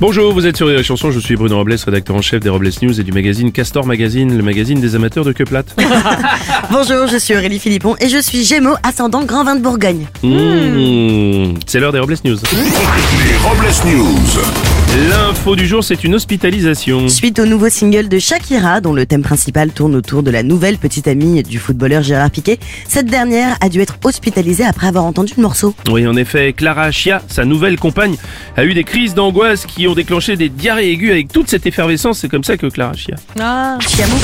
Bonjour, vous êtes sur Rire et Chanson, je suis Bruno Robles, rédacteur en chef des Robles News et du magazine Castor Magazine, le magazine des amateurs de queue plate. Bonjour, je suis Aurélie Philippon et je suis Gémeaux, ascendant Grand Vin de Bourgogne. Mmh, c'est l'heure des Robles News. Les Robles News. L'info du jour, c'est une hospitalisation. Suite au nouveau single de Shakira, dont le thème principal tourne autour de la nouvelle petite amie du footballeur Gérard Piquet, cette dernière a dû être hospitalisée après avoir entendu le morceau. Oui, en effet, Clara Chia, sa nouvelle compagne, a eu des crises d'angoisse qui ont déclenché des diarrhées aiguës avec toute cette effervescence. C'est comme ça que Clara Chia. Chiamou.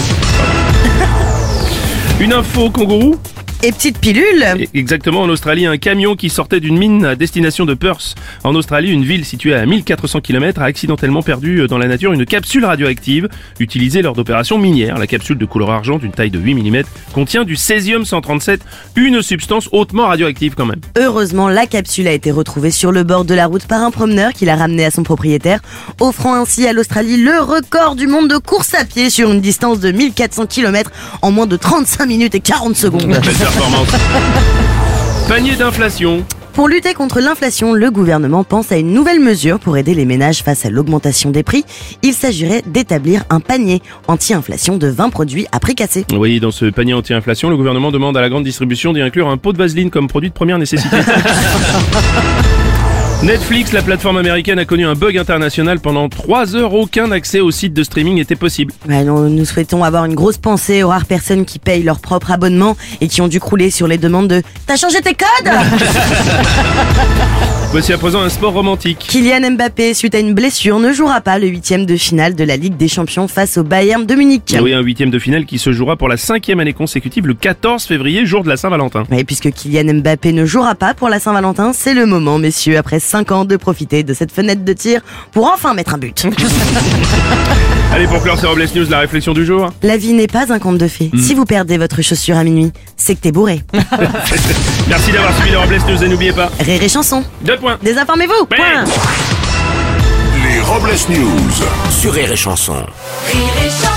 Une info kangourou Et petite pilule E- Exactement, en Australie, un camion qui sortait d'une mine à destination de Perth, en Australie, une ville située à 1400 km, a accidentellement perdu euh, dans la nature une capsule radioactive utilisée lors d'opérations minières. La capsule de couleur argent d'une taille de 8 mm contient du césium-137, une substance hautement radioactive quand même. Heureusement, la capsule a été retrouvée sur le bord de la route par un promeneur qui l'a ramenée à son propriétaire, offrant ainsi à l'Australie le record du monde de course à pied sur une distance de 1400 km en moins de 35 minutes et 40 secondes. Belle performance. Panier d'inflation. Pour lutter contre l'inflation, le gouvernement pense à une nouvelle mesure pour aider les ménages face à l'augmentation des prix. Il s'agirait d'établir un panier anti-inflation de 20 produits à prix cassé. Oui, dans ce panier anti-inflation, le gouvernement demande à la grande distribution d'y inclure un pot de vaseline comme produit de première nécessité. Netflix, la plateforme américaine, a connu un bug international. Pendant 3 heures, aucun accès au site de streaming était possible. Ouais, non, nous souhaitons avoir une grosse pensée aux rares personnes qui payent leur propre abonnement et qui ont dû crouler sur les demandes de « T'as changé tes codes ?» Voici à présent un sport romantique. Kylian Mbappé, suite à une blessure, ne jouera pas le huitième de finale de la Ligue des Champions face au Bayern de Munich. Oui, un huitième de finale qui se jouera pour la cinquième année consécutive le 14 février, jour de la Saint-Valentin. Ouais, puisque Kylian Mbappé ne jouera pas pour la Saint-Valentin, c'est le moment, messieurs, après 5 ans, de profiter de cette fenêtre de tir pour enfin mettre un but. Allez, pour clore ces Robles News, la réflexion du jour. La vie n'est pas un conte de fées. Si vous perdez votre chaussure à minuit, c'est que t'es bourré. Merci d'avoir suivi les Robles News et n'oubliez pas, Rire et chanson. 2 points. Désinformez-vous. Ouais. Point. Les Robles News. Sur Rire et Chanson. Rire et chanson.